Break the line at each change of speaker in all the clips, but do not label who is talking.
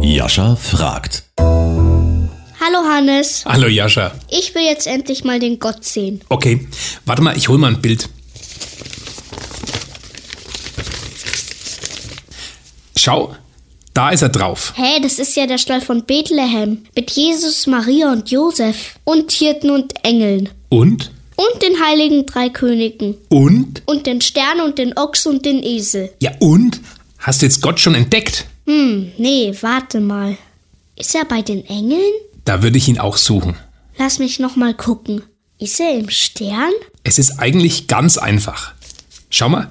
Jascha fragt.
Hallo Hannes,
Hallo Jascha.
ich will jetzt endlich mal den Gott sehen.
Okay, warte mal, ich hol mal ein Bild. Schau, da ist er drauf.
Hä, das ist ja der Stall von Bethlehem mit Jesus, Maria und Josef und Hirten und Engeln
Und?
und den heiligen drei Königen
Und?
und den Stern und den Ochs und den Esel.
Ja, und? Hast du jetzt Gott schon entdeckt?
Hm, nee, warte mal. Ist er bei den Engeln?
Da würde ich ihn auch suchen.
Lass mich noch mal gucken. Ist er im Stern?
Es ist eigentlich ganz einfach. Schau mal,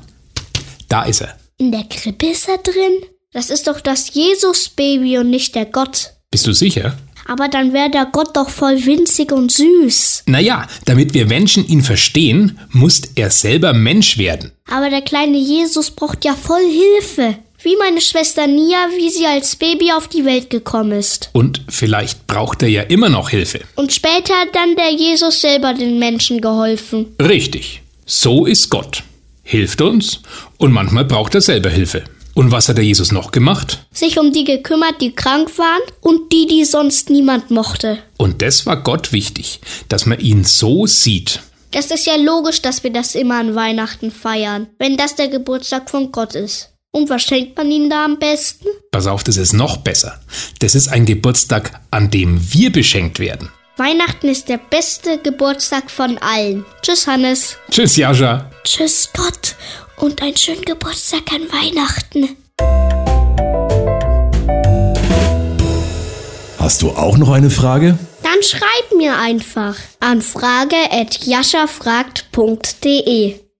da ist er.
In der Krippe ist er drin? Das ist doch das Jesus-Baby und nicht der Gott.
Bist du sicher?
Aber dann wäre der Gott doch voll winzig und süß.
Naja, damit wir Menschen ihn verstehen, muss er selber Mensch werden.
Aber der kleine Jesus braucht ja voll Hilfe. Wie meine Schwester Nia, wie sie als Baby auf die Welt gekommen ist.
Und vielleicht braucht er ja immer noch Hilfe.
Und später hat dann der Jesus selber den Menschen geholfen.
Richtig. So ist Gott. Hilft uns und manchmal braucht er selber Hilfe. Und was hat der Jesus noch gemacht?
Sich um die gekümmert, die krank waren und die, die sonst niemand mochte.
Und das war Gott wichtig, dass man ihn so sieht.
Das ist ja logisch, dass wir das immer an Weihnachten feiern, wenn das der Geburtstag von Gott ist. Und was schenkt man ihnen da am besten?
Pass auf, das ist noch besser. Das ist ein Geburtstag, an dem wir beschenkt werden.
Weihnachten ist der beste Geburtstag von allen. Tschüss, Hannes.
Tschüss, Jascha.
Tschüss, Gott. Und einen schönen Geburtstag an Weihnachten.
Hast du auch noch eine Frage?
Dann schreib mir einfach an frage.jaschafragt.de.